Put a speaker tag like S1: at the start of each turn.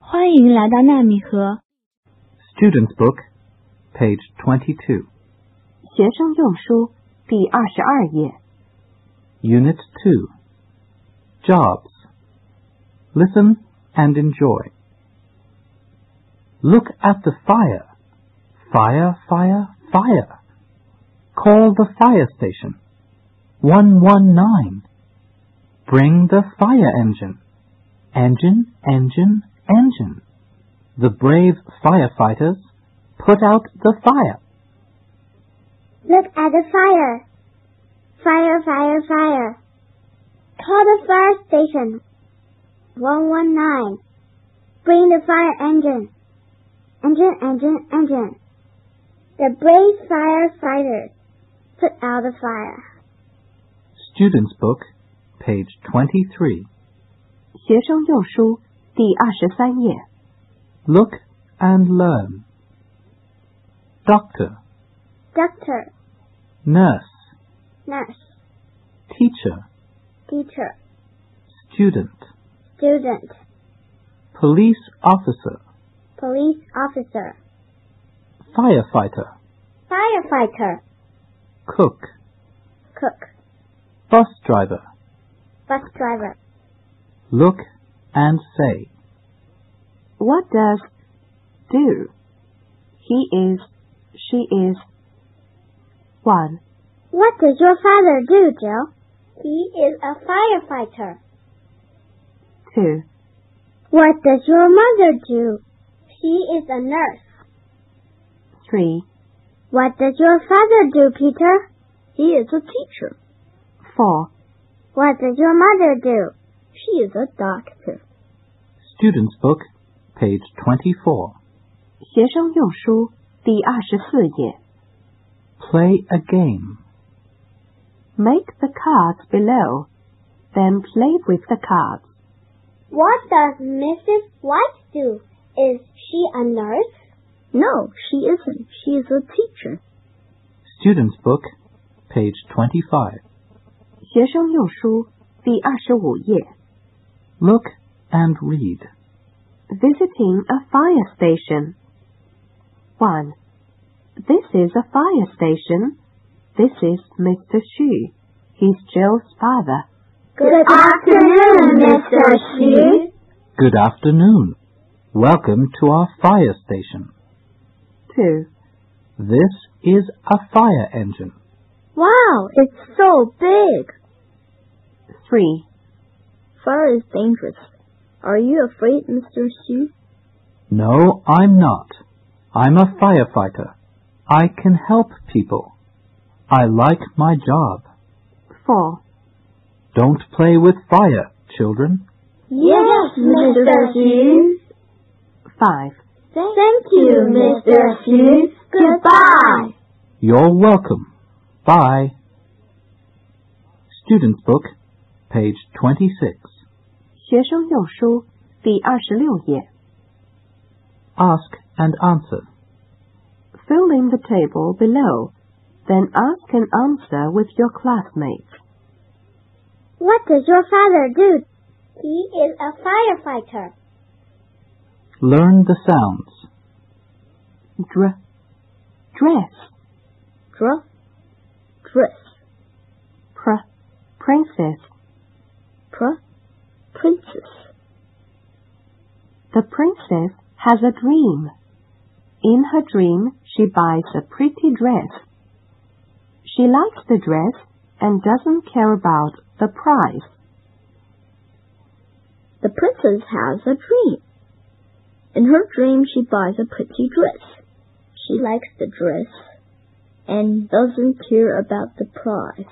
S1: 欢迎来到纳米盒
S2: Student Book, page 22,
S3: 学生用书第二十二页。
S2: Unit 2. Jobs. Listen and enjoy. Look at the fire. Fire, fire, fire. Call the fire station. 119. Bring the fire engine. Engine, engine, engine. The brave firefighters put out the fire.
S4: Look at the fire. Fire, fire, fire. Call the fire station. 119. Bring the fire engine. Engine, engine, engine. The brave firefighters put out the fire.
S2: Student's Book, page 23.
S3: 学生用书第二十三页。
S2: Look and learn. Doctor,
S4: Doctor,
S2: nurse,
S4: nurse,
S2: teacher,
S4: teacher,
S2: student,
S4: student,
S2: police officer,
S4: police officer,
S2: firefighter,
S4: firefighter,
S2: cook,
S4: cook,
S2: bus driver.
S4: bus driver.
S2: Look and say.
S3: What does do? He is, she is. One,
S4: What does your father do, Jill? He is a firefighter.
S3: two,
S4: What does your mother do? She is a nurse.
S3: three,
S4: What does your father do, Peter? He is a teacher.
S3: four,
S4: What does your mother do? She is a doctor.
S2: Student's Book, page 24.
S3: 学生用书第二十四页。
S2: Play a game.
S3: Make the cards below, then play with the cards.
S4: What does Mrs. White do? Is she a nurse? No, she isn't. She is a teacher.
S2: Student's Book, page 25.
S3: 学生用书第二十五页。
S2: Look and read.
S3: Visiting a fire station. 1. This is a fire station. This is Mr. Xu. He's Jill's father.
S4: Good afternoon, Mr. Xu.
S2: Good afternoon. Welcome to our fire station.
S3: 2.
S2: This is a fire engine.
S4: Wow, it's so big.
S3: 3.
S4: Fire is dangerous. Are you afraid, Mr. Xu?
S2: No, I'm not. I'm a firefighter. I can help people. I like my job.
S3: 4.
S2: Don't play with fire, children.
S4: Yes, Mr. Xu.
S3: 5.
S4: Thank you, Mr. Xu. Goodbye.
S2: You're welcome. Bye. Student's Book, page 26.
S3: 学生用书第二十六页。
S2: Ask and answer.
S3: Fill in the table below, then ask and answer with your classmates.
S4: What does your father do? He is a firefighter.
S2: Learn the sounds.
S3: Dr. Dress.
S4: Dress. Dress.
S3: Pr. Princess.
S4: Pr. Princess.
S3: The princess has a dream. In her dream, she buys a pretty dress. She likes the dress and doesn't care about the price.
S4: The princess has a dream. In her dream, she buys a pretty dress. She likes the dress and doesn't care about the price.